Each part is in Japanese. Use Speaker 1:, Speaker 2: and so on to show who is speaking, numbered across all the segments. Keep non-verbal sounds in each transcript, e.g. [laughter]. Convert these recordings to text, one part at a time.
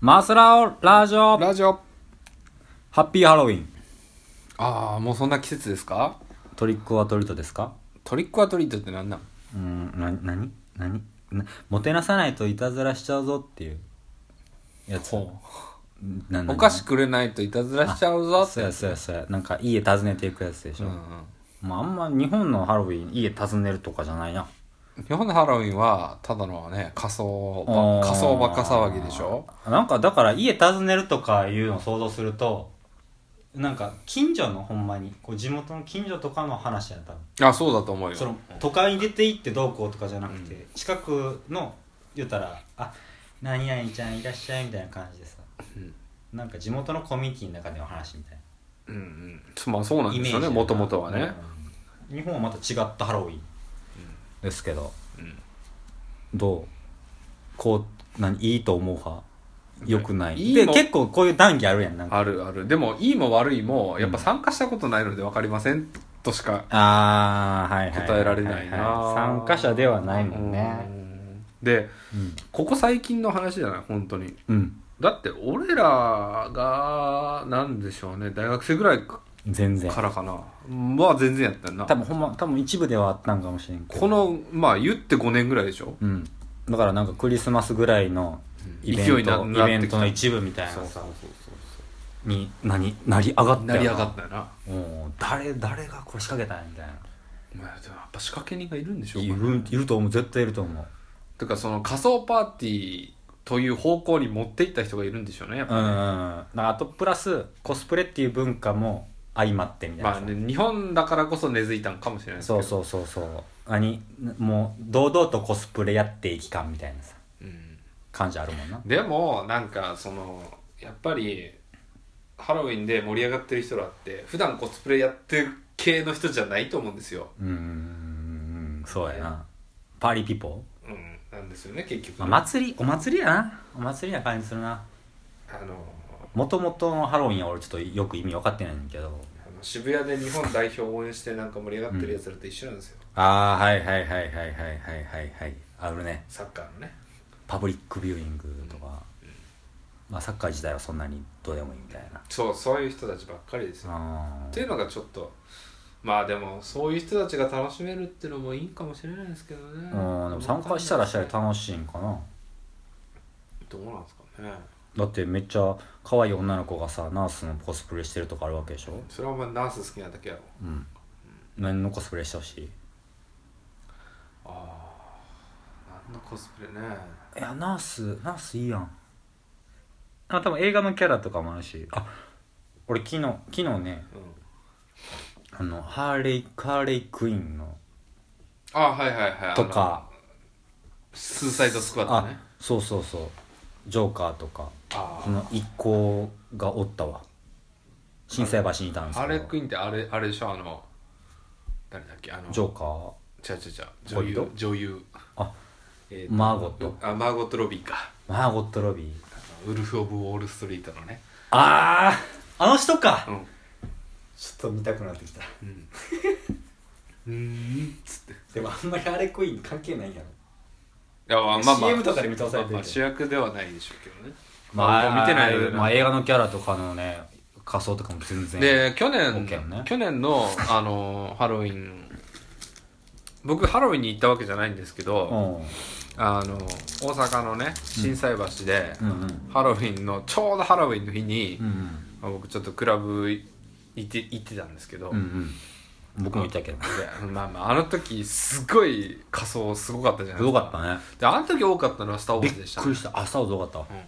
Speaker 1: マスラオラジオ
Speaker 2: ラジオ
Speaker 1: ハッピーハロウィン
Speaker 2: ああもうそんな季節ですか
Speaker 1: トリックはトリートですか
Speaker 2: トリックアトリートってなんなん
Speaker 1: うーんな何何なもてなさないといたずらしちゃうぞっていうやつ
Speaker 2: ほ
Speaker 1: なな
Speaker 2: お菓子くれないといたずらしちゃうぞって
Speaker 1: そうやそうやそうやなんか家訪ねていくやつでし
Speaker 2: う
Speaker 1: ょ、
Speaker 2: んう
Speaker 1: まああんま日本のハロウィン家訪ねるとかじゃないなん
Speaker 2: 日本のハロウィンはただのね仮装
Speaker 1: あー
Speaker 2: ば仮装ばっか騒ぎでしょ
Speaker 1: なんかだから家訪ねるとかいうのを想像するとなんか近所のほんまにこう地元の近所とかの話やった
Speaker 2: あそうだと思うよ
Speaker 1: その都会に出て行ってどうこうとかじゃなくて、近くの言ったら「あ何々ちゃんいらっしゃい」みたいな感じでさ
Speaker 2: うん
Speaker 1: なんか地元のコミュニティの中での話みたい
Speaker 2: うんうんそまあそうな
Speaker 1: なんイ
Speaker 2: で
Speaker 1: メージ
Speaker 2: すよね
Speaker 1: やな
Speaker 2: もともとはね、
Speaker 1: うん日本はまた違ったハロウィンですけど
Speaker 2: うん
Speaker 1: どうこう何いいと思う派よくない
Speaker 2: いい
Speaker 1: で
Speaker 2: も
Speaker 1: 結構こういう談義あるやんなんか
Speaker 2: あるあるでもいいも悪いもやっぱ参加したことないので分かりません、としか
Speaker 1: ああはいはい
Speaker 2: 答えられないな、
Speaker 1: はは参加者ではないもん
Speaker 2: う
Speaker 1: ね
Speaker 2: で
Speaker 1: うん、
Speaker 2: ここ最近の話じゃない本当に
Speaker 1: うん、
Speaker 2: だって俺らがなんでしょうね大学生ぐらいか
Speaker 1: 全然
Speaker 2: らかなまあ全然やったよな
Speaker 1: 多分ほんま多分一部ではあったんかもしれんけど
Speaker 2: このまあ言って5年ぐらいでしょ
Speaker 1: うん、だからなんかクリスマスぐらいの
Speaker 2: うん
Speaker 1: イベン
Speaker 2: 勢いな
Speaker 1: ト
Speaker 2: なってきた
Speaker 1: イベントの一部みたいなさ
Speaker 2: そう
Speaker 1: に何成り上がったよな
Speaker 2: 成り上がったよな
Speaker 1: もう誰誰がこれ仕掛けたんやみたいな
Speaker 2: まあでもやっぱ仕掛け人がいるんでしょう
Speaker 1: い
Speaker 2: か
Speaker 1: るいると思う絶対いると思う
Speaker 2: てかその仮想パーティーという方向に持っていった人がいるんでしょうねやっ
Speaker 1: う
Speaker 2: ぱ
Speaker 1: んうんうんだからあとプラスコスプレっていう文化も相まってみたいな
Speaker 2: ま
Speaker 1: さ、
Speaker 2: あね、日本だからこそ根付いたんかもしれないですけ
Speaker 1: そ
Speaker 2: ど
Speaker 1: うそうそうそう何もう堂々とコスプレやっていきかんみたいなさ
Speaker 2: うん
Speaker 1: 感じあるもんな
Speaker 2: でもなんかそのやっぱりハロウィンで盛り上がってる人らって普段コスプレやってる系の人じゃないと思うんですよ、
Speaker 1: うんうんうんうんそうやなパーリーピポ
Speaker 2: うん、なんですよね結局、
Speaker 1: ー、まあ、祭りお祭りやなお祭りな感じするな
Speaker 2: あの
Speaker 1: もともとのハロウィンは俺ちょっとよく意味分かってないんだけど
Speaker 2: あの渋谷で日本代表を応援してなんか盛り上がってるやつらと一緒なんですよ、
Speaker 1: ああはいはいはいはいはいはいはいはいあるね
Speaker 2: サッカーのね
Speaker 1: パブリックビューイングとか、まあ、サッカー自体はそんなにどうでもいいみたいな
Speaker 2: そうそういう人たちばっかりですよ、
Speaker 1: あ
Speaker 2: っていうのがちょっとまあでもそういう人たちが楽しめるっていうのもいいかもしれないですけどね
Speaker 1: うんでも参加したらしたら楽しいんかな
Speaker 2: どうなんですかね
Speaker 1: だってめっちゃ可愛い女の子がさナースのコスプレしてるとかあるわけでしょ
Speaker 2: それはお前ナース好きなだけやろ
Speaker 1: うん何のコスプレしてほしい
Speaker 2: ああ何のコスプレね
Speaker 1: いやナースナースいいやんあ多分映画のキャラとかもあるしあ俺昨日昨日ねあ
Speaker 2: うん
Speaker 1: のハーレイハーレイクイーンの
Speaker 2: ああはいはいはい
Speaker 1: とか
Speaker 2: あのスーサイドスクワットね
Speaker 1: あそうそうそうジョーカーとか
Speaker 2: あ
Speaker 1: その一行がおったわ心斎橋にいたんです
Speaker 2: あ
Speaker 1: け
Speaker 2: あれ
Speaker 1: ど
Speaker 2: クイーンってあれあれでしょあの誰だっけあの
Speaker 1: ジョーカー
Speaker 2: ちゃちゃちゃ女優
Speaker 1: 恋
Speaker 2: 女優
Speaker 1: あ
Speaker 2: え
Speaker 1: マーゴット
Speaker 2: あマーゴットロビーか
Speaker 1: マーゴット・ロビー
Speaker 2: あのウルフ・オブ・ウォール・ストリートのね
Speaker 1: あああの人か
Speaker 2: うん
Speaker 1: ちょっと見たくなってきた
Speaker 2: うん [laughs] うーんっつってい
Speaker 1: でもあんまりハーレクイーン関係ないやろ
Speaker 2: やまあまあ
Speaker 1: CM とかで見通されてるけど
Speaker 2: まあまあ主役ではないでしょうけどね
Speaker 1: まあ
Speaker 2: 見てない
Speaker 1: あ
Speaker 2: の
Speaker 1: あ
Speaker 2: で
Speaker 1: うまあ、映画のキャラとかのね仮装とかも全然
Speaker 2: で去
Speaker 1: OK
Speaker 2: 年、
Speaker 1: ね
Speaker 2: 去年のあのハロウィン僕ハロウィンに行ったわけじゃないんですけ
Speaker 1: う
Speaker 2: ど、
Speaker 1: んうん
Speaker 2: あの大阪のね心斎橋で、
Speaker 1: うん
Speaker 2: ハロウィンのちょうどハロウィンの日に、
Speaker 1: うん
Speaker 2: まあ僕ちょっとクラブ行って行ってたんですけど、
Speaker 1: うんうん僕もいたけど
Speaker 2: でまあまああの時すごい仮装すごかったじゃない
Speaker 1: す
Speaker 2: で
Speaker 1: ご
Speaker 2: す
Speaker 1: かったね
Speaker 2: であの時多かったのは「スター・ウォ
Speaker 1: び
Speaker 2: ー
Speaker 1: っ
Speaker 2: ズ」でした、
Speaker 1: くりした朝はすごかったわ
Speaker 2: うん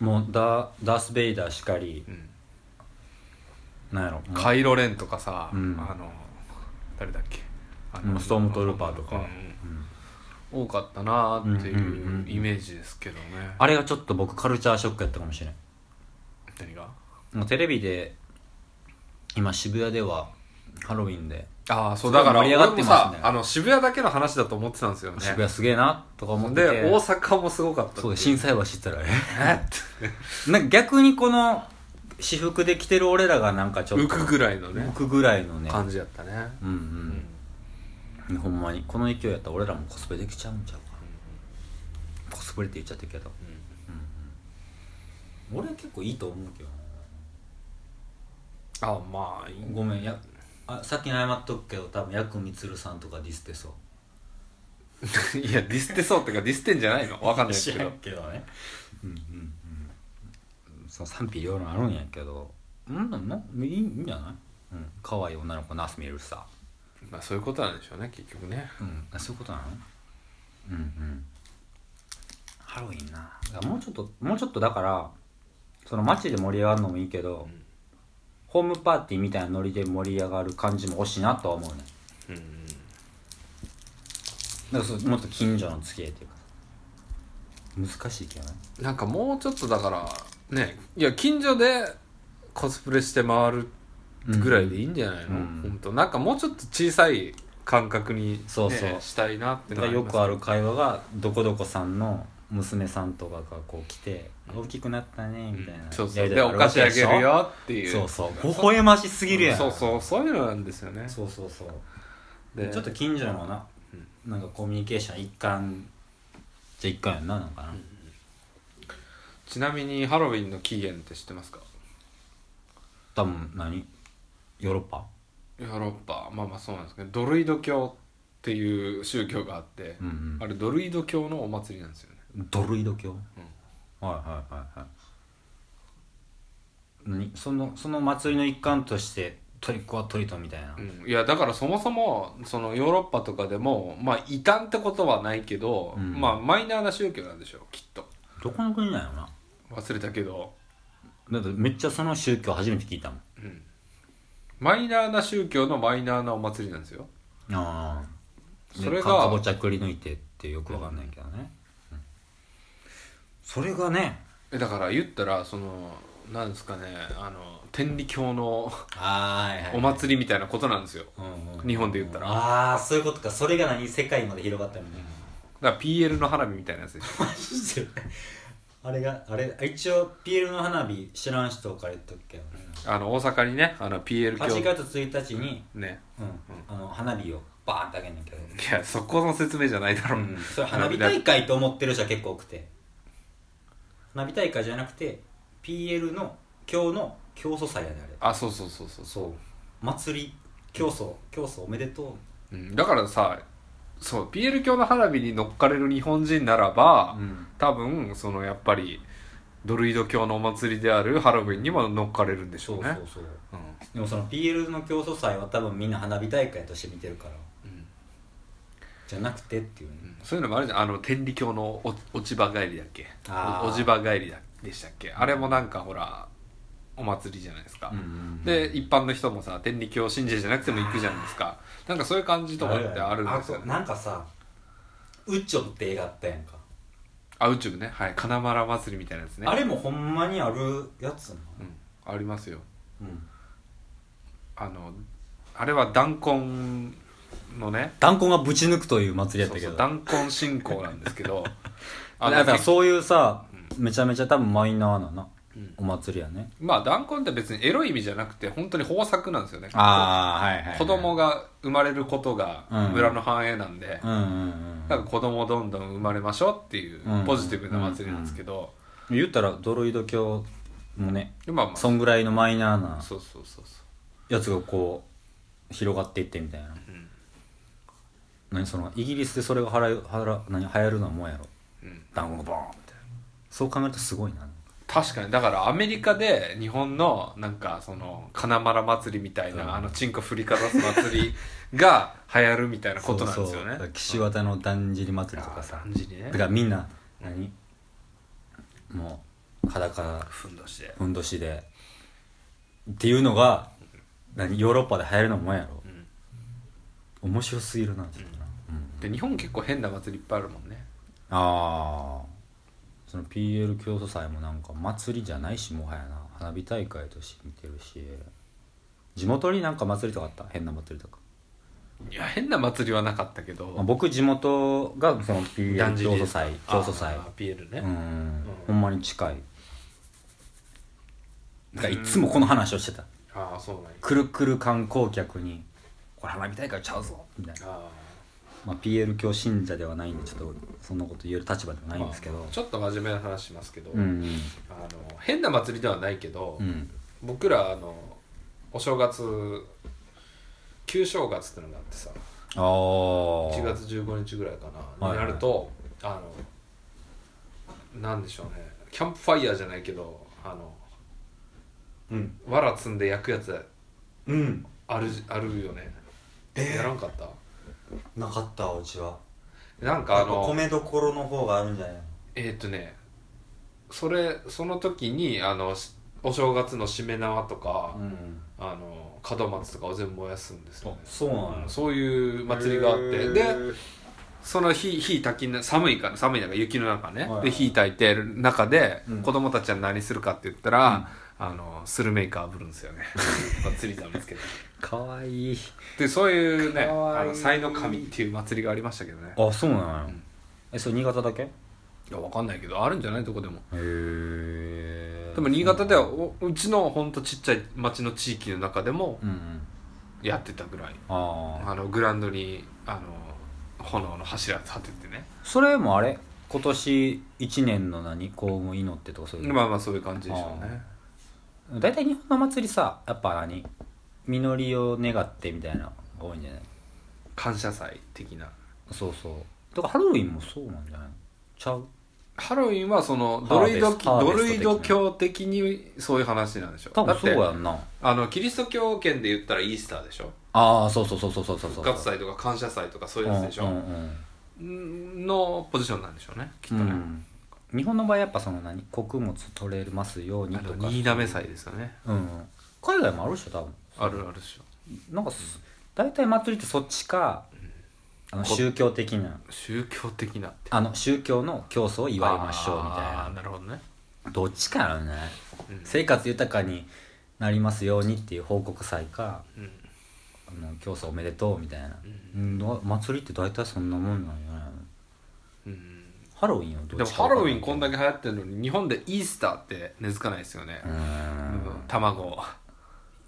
Speaker 1: もうダダース・ベイダーしかり
Speaker 2: うん
Speaker 1: なんやろもう
Speaker 2: カイロ・レンとかさ、
Speaker 1: うん
Speaker 2: あの誰だっけあ
Speaker 1: もうストームトルーパーとか
Speaker 2: うん多かったなーっていうイメージですけどね、
Speaker 1: あれがちょっと僕カルチャーショックやったかもしれん
Speaker 2: 何が
Speaker 1: もうテレビで今渋谷ではハロウィンで
Speaker 2: ああそう
Speaker 1: すごい
Speaker 2: だから
Speaker 1: 盛り上がって
Speaker 2: 俺も
Speaker 1: ますね
Speaker 2: さあの渋谷だけの話だと思ってたんですよね
Speaker 1: 渋谷すげえなとか思って
Speaker 2: で
Speaker 1: て
Speaker 2: 大阪もすごかったってい
Speaker 1: そうだ心斎橋行ったらえ
Speaker 2: えっ
Speaker 1: [laughs] なんか逆にこの私服で着てる俺らがなんかちょっと
Speaker 2: 浮くぐらいのね
Speaker 1: 浮くぐらいのね
Speaker 2: 感じやったね
Speaker 1: うんうん、ほんまにこの勢いやったら俺らもコスプレできちゃうんちゃうかなコスプレって言っちゃってるけど、うんうん、俺結構いいと思うけどな
Speaker 2: あまあいい
Speaker 1: ごめんやあさっきに謝っとくけど多分ヤクミツルさんとかディスってそう
Speaker 2: いやディスってそうってかディスってんじゃないのわかんないです
Speaker 1: 知
Speaker 2: け
Speaker 1: [laughs] ら
Speaker 2: ど
Speaker 1: んけどねうんうんうんその賛否両論あるんやけどうんなんいいいいんじゃないうん可愛い女の子ナース見えるしさ
Speaker 2: まあそういうことなんでしょうね結局ね
Speaker 1: うんあそういうことなのうんうんハロウィンなだからもうちょっともうちょっとだからその街で盛り上がるのもいいけど、
Speaker 2: ん
Speaker 1: ホームパーティーみたいなノリで盛り上がる感じも惜しいなとは思うね
Speaker 2: うん
Speaker 1: だからそうもっと近所の付き合いっていうか難しいけどね
Speaker 2: なんかもうちょっとだからねいや近所でコスプレして回るぐらいでいいんじゃないの、
Speaker 1: うん
Speaker 2: ほんとなんかもうちょっと小さい感覚に、ね、
Speaker 1: そうそう
Speaker 2: したいなって
Speaker 1: だからよくあ
Speaker 2: る
Speaker 1: る会話がどこどこさんの娘さんとかがこう来て「大きくなったね」みたいな、
Speaker 2: そうそ
Speaker 1: や
Speaker 2: う
Speaker 1: り
Speaker 2: で
Speaker 1: とり
Speaker 2: お
Speaker 1: るわ
Speaker 2: 菓子
Speaker 1: け
Speaker 2: あ
Speaker 1: でし
Speaker 2: げ
Speaker 1: ょ
Speaker 2: るよっていう
Speaker 1: そうそう微笑ましすぎるやん、
Speaker 2: そうそうそういうのなんですよね
Speaker 1: そうそうそう
Speaker 2: で
Speaker 1: ちょっと近所のな、なんかコミュニケーション一環じゃ一環やんななんかな、
Speaker 2: ちなみにハロウィンの起源って知ってますか
Speaker 1: 多分何ヨーロッパ
Speaker 2: ヨーロッパまあまあそうなんですけどドルイド教っていう宗教があって、
Speaker 1: うんうん
Speaker 2: あれドルイド教のお祭りなんですよね
Speaker 1: ドルイド教、はいはいはいはい何そのその祭りの一環としてトリックはトリートみたいな、
Speaker 2: うん、いやだからそもそもそのヨーロッパとかでもまあ異端ってことはないけど、
Speaker 1: うん
Speaker 2: まあマイナーな宗教なんでしょうきっと
Speaker 1: どこの国なんやろな
Speaker 2: 忘れたけど、
Speaker 1: だってめっちゃその宗教初めて聞いたもん
Speaker 2: うん、マイナーな宗教のマイナーなお祭りなんですよ
Speaker 1: ああ
Speaker 2: それが
Speaker 1: かかぼちゃくり抜いてってよくわかんないけどね、うんそれがね
Speaker 2: えだから言ったらそのなんですかねあの天理教の
Speaker 1: はい
Speaker 2: お祭りみたいなことなんですよ日本で言ったら
Speaker 1: ああそういうことかそれが何世界まで広がったみたいな
Speaker 2: だから PL の花火みたいなやつでし
Speaker 1: [laughs]
Speaker 2: ょ
Speaker 1: あれがあれ一応 PL の花火知らん人から言っとくけど、
Speaker 2: あの大阪にねあの PL 教
Speaker 1: 8月1日に、
Speaker 2: ね
Speaker 1: うんあの花火をバーンってあげんねんけど、
Speaker 2: いやそこの説明じゃないだろう、
Speaker 1: うん、それ花火大会と思ってる人は結構多くて花火大会じゃなくて PL の今日の競争祭やねあれ
Speaker 2: あそうそうそうそう
Speaker 1: そう祭り競争競争おめでとう
Speaker 2: うんだからさそう PL 教の花火に乗っかれる日本人ならば、
Speaker 1: ん
Speaker 2: 多分そのやっぱりドルイド教のお祭りであるハロウィンにも乗っかれるんでし
Speaker 1: そ
Speaker 2: ょ
Speaker 1: う
Speaker 2: う
Speaker 1: そ
Speaker 2: ね
Speaker 1: うそう
Speaker 2: うん
Speaker 1: でもその PL の競争祭は多分みんな花火大会として見てるから
Speaker 2: うん
Speaker 1: じゃなくてっていうね、
Speaker 2: うんそういうのもあるじゃんあの天理教のお落ち葉帰りだっけ
Speaker 1: あー
Speaker 2: お落ち葉帰りだでしたっけあれもなんかほらお祭りじゃないですか、で一般の人もさ天理教信者じゃなくても行くじゃないですかなんかそういう感じとかってあるんですよ
Speaker 1: あと
Speaker 2: ね
Speaker 1: なんかさ「ウッチョ」って映画あったやんか、
Speaker 2: あ宇宙ねはい金丸祭りみたいなやつね
Speaker 1: あれもほんまにあるやつな
Speaker 2: うん、ありますよ
Speaker 1: の、うん、
Speaker 2: あのあれは弾痕のね
Speaker 1: 弾痕がぶち抜くという祭りやった
Speaker 2: そう
Speaker 1: け
Speaker 2: そう
Speaker 1: ど
Speaker 2: 弾痕信仰なんですけ
Speaker 1: [laughs]
Speaker 2: どあの
Speaker 1: だからそういうさ、めちゃめちゃ多分マイナーなな、お祭りやね
Speaker 2: まあ弾痕って別にエロい意味じゃなくて本当に豊作なんですよね
Speaker 1: ああはいはい、はい、
Speaker 2: 子供が生まれることが
Speaker 1: うん
Speaker 2: 村の繁栄なんで、
Speaker 1: うんうんう
Speaker 2: なん
Speaker 1: ん
Speaker 2: か子供どんどん生まれましょうっていう
Speaker 1: うん
Speaker 2: ポジティブな祭りなんですけど、
Speaker 1: 言ったらドロイド教もね
Speaker 2: でまあまあ
Speaker 1: そんぐらいのマイナーな
Speaker 2: そうそうそうそ
Speaker 1: やつがこう広がっていってみたいな、
Speaker 2: ん
Speaker 1: 何そのイギリスでそれがはらはら何流行るのはもうやろ
Speaker 2: う、うん、
Speaker 1: 団子がボーンみたいなそう考えるとすごいな
Speaker 2: 確かにだからアメリカで日本のなんかその金丸祭りみたいな、
Speaker 1: うん
Speaker 2: あのチンコ振りかざす祭りが流行るみたいなことなんですよね
Speaker 1: だから岸和田のだんじり祭りとかさ
Speaker 2: 感じにね
Speaker 1: だからみんな何もう裸
Speaker 2: ふんどしで
Speaker 1: ふんどしでっていうのが何ヨーロッパで流行るのもんやろ、面白すぎるなちょっとな、うん
Speaker 2: で日本結構変な祭りいっぱいあるもんね
Speaker 1: ああその PL 競争祭もなんか祭りじゃないしもはやな花火大会として見てるし地元になんか祭りとかあった変な祭りとか、
Speaker 2: いや変な祭りはなかったけ
Speaker 1: まあ、
Speaker 2: ど
Speaker 1: 僕地元がその PL 競争祭競
Speaker 2: あ
Speaker 1: 争祭
Speaker 2: アピールね、
Speaker 1: うん、ほんまに近いなんかいつもこの話をしてた
Speaker 2: ああそうなんや
Speaker 1: くるくる観光客に「これ花火大会ちゃうぞ」みたいな
Speaker 2: あ
Speaker 1: まあ、PL 教信者ではないんでちょっとそんなこと言える立場ではないんですけど、
Speaker 2: まあちょっと真面目な話しますけど、
Speaker 1: うんうん
Speaker 2: あの変な祭りではないけど、
Speaker 1: うん
Speaker 2: 僕らあのお正月旧正月ってのがあってさ
Speaker 1: ああ1
Speaker 2: 1月15日ぐらいかな、
Speaker 1: はいはい
Speaker 2: になるとあのなんでしょうねキャンプファイヤーじゃないけどあの
Speaker 1: うん
Speaker 2: 藁積んで焼くやつ
Speaker 1: うん
Speaker 2: あるあるよね、やらんかった
Speaker 1: なかったわうちは
Speaker 2: なんか
Speaker 1: や
Speaker 2: あ
Speaker 1: っぱ
Speaker 2: の
Speaker 1: 米どころの方があるんじゃないの
Speaker 2: えーっ、とねそれその時にあのしお正月のしめ縄とか、
Speaker 1: うん
Speaker 2: あの門松とかを全部燃やすんですよね
Speaker 1: あそうなんや
Speaker 2: んそういう祭りがあってでその火火焚きな寒いから寒い中雪の中ね、
Speaker 1: はいはい
Speaker 2: で火焚いてる中で、
Speaker 1: うん
Speaker 2: 子供たちは何するかって言ったら、あのスルメイカ炙るんです [laughs] よね祭りざんですけど
Speaker 1: かわいい
Speaker 2: でそういうね
Speaker 1: かわ
Speaker 2: あ
Speaker 1: いい
Speaker 2: の才能神っていう祭りがありましたけどね
Speaker 1: あそうなんや、
Speaker 2: うん
Speaker 1: えそれ新潟だけへ
Speaker 2: いやわかんないけどあるんじゃないとこでも
Speaker 1: え
Speaker 2: でも新潟ではおうちのほんとちっちゃい町の地域の中でも
Speaker 1: うんうん
Speaker 2: やってたぐらい
Speaker 1: ああ
Speaker 2: あのグラウンドにあの炎の柱立ててね
Speaker 1: それもあれ今年1年の何幸運を祈ってとかそういう
Speaker 2: まあまあそういう感じでしょうね
Speaker 1: 大体日本の祭りさやっぱ何実りを願ってみたいなのが多いんじゃない
Speaker 2: 感謝祭的な
Speaker 1: そうそうだからハロウィンもそうなんじゃないちゃう
Speaker 2: ハロウィンはその
Speaker 1: ハ
Speaker 2: ド
Speaker 1: ー
Speaker 2: ルイ
Speaker 1: ベス
Speaker 2: ド
Speaker 1: ハーベスト的な
Speaker 2: ドルイド教的にそういう話なんでしょ
Speaker 1: 多
Speaker 2: だ
Speaker 1: 分
Speaker 2: っ
Speaker 1: そう
Speaker 2: て
Speaker 1: やんな
Speaker 2: あのキリスト教圏で言ったらイースターでしょ
Speaker 1: ああそうそうそうそうそうそうそう
Speaker 2: 復活祭とか感謝祭とかそういうやつでしょ、
Speaker 1: うんうん
Speaker 2: のポジションなんでしょうねきっ
Speaker 1: う
Speaker 2: と
Speaker 1: ん、
Speaker 2: ね、
Speaker 1: うん日本の場合やっぱその何穀物取れますように
Speaker 2: あ
Speaker 1: と
Speaker 2: と
Speaker 1: か
Speaker 2: 新滑祭ですよね
Speaker 1: うんうん海外もあるでしょ多分
Speaker 2: あるあるでしょ
Speaker 1: なんかす大体祭りってそっちかあの
Speaker 2: こ
Speaker 1: 宗教的な
Speaker 2: 宗教的なって
Speaker 1: あの宗教の教祖を祝いましょうみたい
Speaker 2: あー
Speaker 1: な
Speaker 2: なるほどね、
Speaker 1: どっちかやろね
Speaker 2: うん
Speaker 1: 生活豊かになりますようにっていう報告祭か
Speaker 2: うん
Speaker 1: あの競争おめでとうみたいな、
Speaker 2: う
Speaker 1: うん、の祭りって大体そんなもんなんやね
Speaker 2: うん
Speaker 1: ハロウィンをど
Speaker 2: で
Speaker 1: っ
Speaker 2: も
Speaker 1: ちか
Speaker 2: ハ
Speaker 1: わか
Speaker 2: ロウィン
Speaker 1: ん
Speaker 2: こんだけ流行ってるのに日本でイースターって根付かないですよね、
Speaker 1: ないうん
Speaker 2: うん卵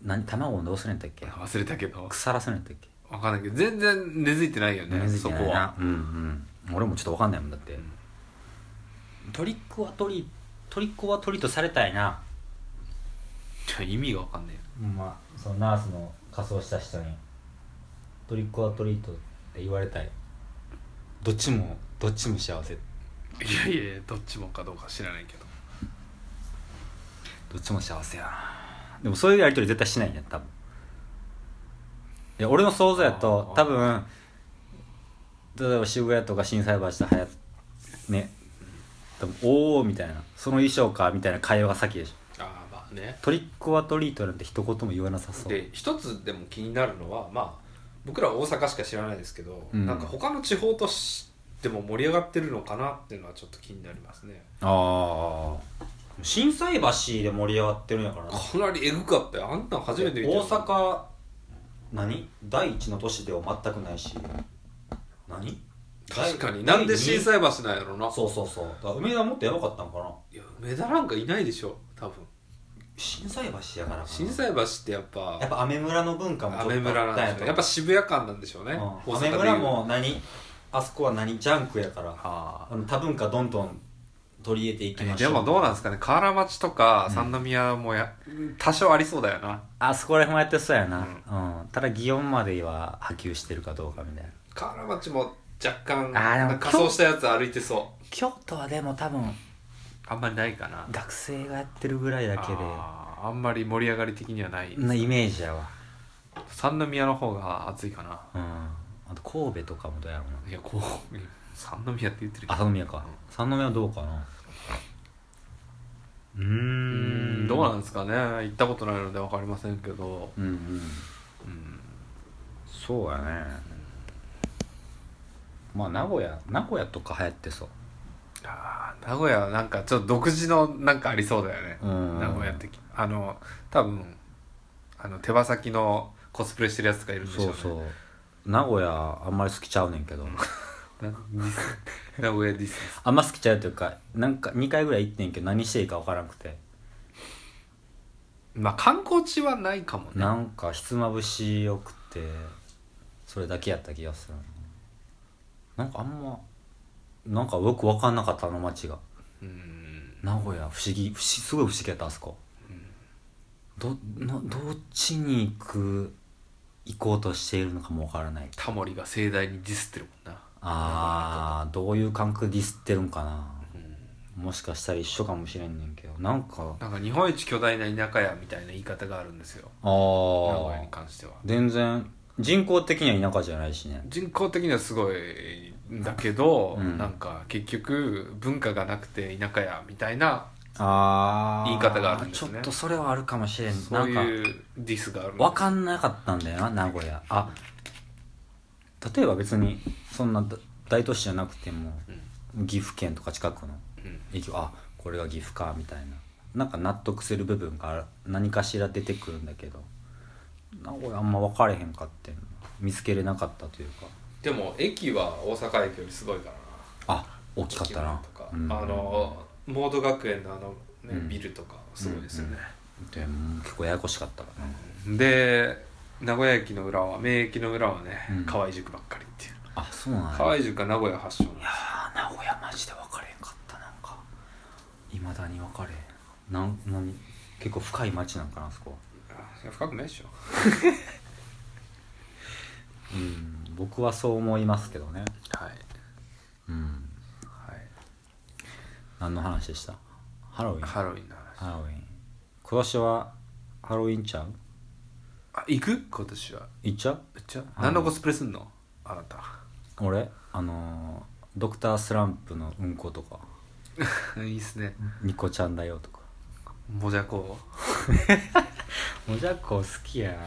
Speaker 1: 何卵をどうするんやったっけ
Speaker 2: 忘れたけど
Speaker 1: 腐らすんやったっけ
Speaker 2: わかんないけど全然根付いてないよね
Speaker 1: 根
Speaker 2: そ
Speaker 1: 付いて
Speaker 2: こ
Speaker 1: ないな
Speaker 2: は
Speaker 1: うんうん俺もちょっとわかんないもんだって、
Speaker 2: ん
Speaker 1: トリックはトリトリックはトリートされたいな
Speaker 2: ちょ意味がわかんね
Speaker 1: まあそのナースの仮装した人にトリックはトリートって言われたいどっちもどっちも幸せ
Speaker 2: えいやいやいやどっちもかどうか知らないけど
Speaker 1: どっちも幸せやなでもそういうやり取り絶対しないんや多分いや俺の想像やと
Speaker 2: あー
Speaker 1: 多分例えば渋谷とか心斎橋とはやね多分おおみたいなその衣装かみたいな会話が先でしょ
Speaker 2: ああまあね
Speaker 1: トリックはトリートなんて一言も言わなさそう
Speaker 2: で一つでも気になるのはまあ僕らは大阪しか知らないですけど、
Speaker 1: うん
Speaker 2: なんか他の地方としても盛り上がってるのかなっていうのはちょっと気になりますね
Speaker 1: ああ心斎橋で盛り上がってるんやからな
Speaker 2: かなりエグかったよあんなん初めて見た
Speaker 1: 大阪何第一の都市では全くないし何
Speaker 2: 確かに
Speaker 1: 第
Speaker 2: なんで心斎橋なんやろな
Speaker 1: そうそうそうだから梅田もっとやばかったんかない
Speaker 2: や梅田なんかいないでしょ多分
Speaker 1: 心斎橋やからかな
Speaker 2: 心斎橋ってやっぱ
Speaker 1: やっぱ雨村の文化も
Speaker 2: 雨村な
Speaker 1: あ
Speaker 2: んで
Speaker 1: た
Speaker 2: しょうやっぱ渋谷感なんでしょうね、
Speaker 1: うん
Speaker 2: 大阪で
Speaker 1: 雨
Speaker 2: いう
Speaker 1: 村も何あそこは何ジャンクやから
Speaker 2: あ
Speaker 1: あの多文化どんどん取り入れてい
Speaker 2: ー
Speaker 1: きまし
Speaker 2: で
Speaker 1: ょう
Speaker 2: もどうなんですかね河原町とか三宮もや、多少ありそうだよな
Speaker 1: あそこら辺もやってそうやな、うんただ祇園までは波及してるかどうかみたいな
Speaker 2: 河原町も若干
Speaker 1: あーでも
Speaker 2: なんか仮装したやつ歩いてそう
Speaker 1: 京都はでも多分
Speaker 2: あんまりないかな
Speaker 1: 学生がやってるぐらいだけ
Speaker 2: あーあんまり盛り上がり的にはない、
Speaker 1: でなイメージやわ
Speaker 2: 三宮の方が熱いか
Speaker 1: う
Speaker 2: な
Speaker 1: んあと神戸とかもどうやろうない
Speaker 2: やこう三宮って言ってるけ
Speaker 1: あ
Speaker 2: ど
Speaker 1: 三宮か三宮はどうかなうー
Speaker 2: うんんどうなんですかね行ったことないので分かりませんけど
Speaker 1: うんうん
Speaker 2: うん
Speaker 1: そうやねまあ名古屋名古屋とか流行ってそう
Speaker 2: あー名古屋はなんかちょっと独自のなんかありそうだよね、
Speaker 1: うん
Speaker 2: 名古屋的あの多分あの手羽先のコスプレしてるやつとかいるんでしょう
Speaker 1: そ
Speaker 2: ね
Speaker 1: うそう名古屋あんまり好きちゃうねんけど
Speaker 2: なディス名古屋ディスで
Speaker 1: [laughs]
Speaker 2: す
Speaker 1: あんま好きちゃうというかなんか2回ぐらい行ってんけど何していいか分からなくて
Speaker 2: まあ観光地はないかもね
Speaker 1: なんかひつまぶしよくてそれだけやった気がするなんかあんまなんかよく分かんなかったあの町が
Speaker 2: うん
Speaker 1: 名古屋不思議不思すごい不思議やったあそこどなどっちに行く行こうとしているのかも分からない
Speaker 2: タモリが盛大にディスってるもんな
Speaker 1: あーどういう感覚でディスってるんかな、もしかしたら一緒かもしれんねんけどなんかあ
Speaker 2: なんか日本一巨大な田舎やみたいな言い方があるんですよ
Speaker 1: あ
Speaker 2: 名古屋に
Speaker 1: ー
Speaker 2: 関しては
Speaker 1: 全然人口的には田舎じゃないしね
Speaker 2: 人口的にはすごいんだけど、
Speaker 1: うん
Speaker 2: なんか結局文化がなくて田舎やみたいな
Speaker 1: ああ
Speaker 2: 言い方があるんですね
Speaker 1: ちょっとそれはあるかもしれん
Speaker 2: そ
Speaker 1: な
Speaker 2: う
Speaker 1: んか
Speaker 2: いうディスがある
Speaker 1: 分かんなかったんだよな名古屋あ例えば別にそんなだ大都市じゃなくても岐阜県とか近くの
Speaker 2: うん
Speaker 1: 駅あこれが岐阜かみたいななんか納得する部分がある何かしら出てくるんだけど名古屋あんま分かれへんかってん見つけれなかったというか
Speaker 2: でも駅は大阪駅よりすごいからな
Speaker 1: あ大きかったな
Speaker 2: とか、
Speaker 1: うん
Speaker 2: あのモード学園のあの、
Speaker 1: う
Speaker 2: ね
Speaker 1: ん
Speaker 2: ビルとかすごいですよね、
Speaker 1: でも結構ややこしかったからな
Speaker 2: で名古屋駅の裏は名駅の裏はね、
Speaker 1: うん
Speaker 2: 河合塾ばっかりっていう
Speaker 1: あそうなんや
Speaker 2: 河合塾が名古屋発祥なんです
Speaker 1: あー名古屋マジで分かれへんかったなんかいまだに分かれへんなんなん結構深い町なんかなあそこは
Speaker 2: あ深くないでしょ
Speaker 1: うん僕はそう思いますけどね
Speaker 2: はい、
Speaker 1: うん
Speaker 2: はい、
Speaker 1: 何の話でしたハロウィン
Speaker 2: ハロウィンの話
Speaker 1: ハロウィン今年はハロウィンちゃう
Speaker 2: あ行く今年は
Speaker 1: 行っちゃう
Speaker 2: めっちゃ何のコスプレすんのあなた [laughs]
Speaker 1: 俺あのードクタースランプのうんことか
Speaker 2: いいっすね
Speaker 1: ニコちゃんだよとか
Speaker 2: もじゃこ
Speaker 1: もじゃこ好きやな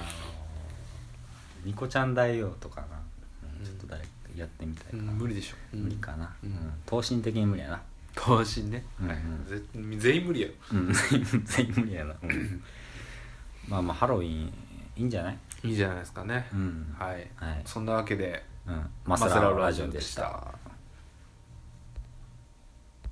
Speaker 1: ニコちゃんだよとかな、うんちょっと誰かやってみたいか
Speaker 2: う、う、
Speaker 1: なん
Speaker 2: 無理でしょ、うん
Speaker 1: 無理かな、
Speaker 2: う
Speaker 1: うんん等身的に無理やな
Speaker 2: 等身ね、
Speaker 1: うん
Speaker 2: はいぜ全員無理やろ
Speaker 1: うん全員無理やな、うんまあまあハロウィンいいんじゃない
Speaker 2: いいじゃないですかね、
Speaker 1: うん
Speaker 2: はい、
Speaker 1: はい
Speaker 2: そんなわけで
Speaker 1: うん、
Speaker 2: マ
Speaker 1: マ
Speaker 2: サ
Speaker 1: サ
Speaker 2: ラ
Speaker 1: ラ
Speaker 2: オ
Speaker 1: オ
Speaker 2: ラ
Speaker 1: ラ
Speaker 2: ジ
Speaker 1: ジ
Speaker 2: オ
Speaker 1: オ
Speaker 2: で
Speaker 1: で
Speaker 2: し
Speaker 1: したた。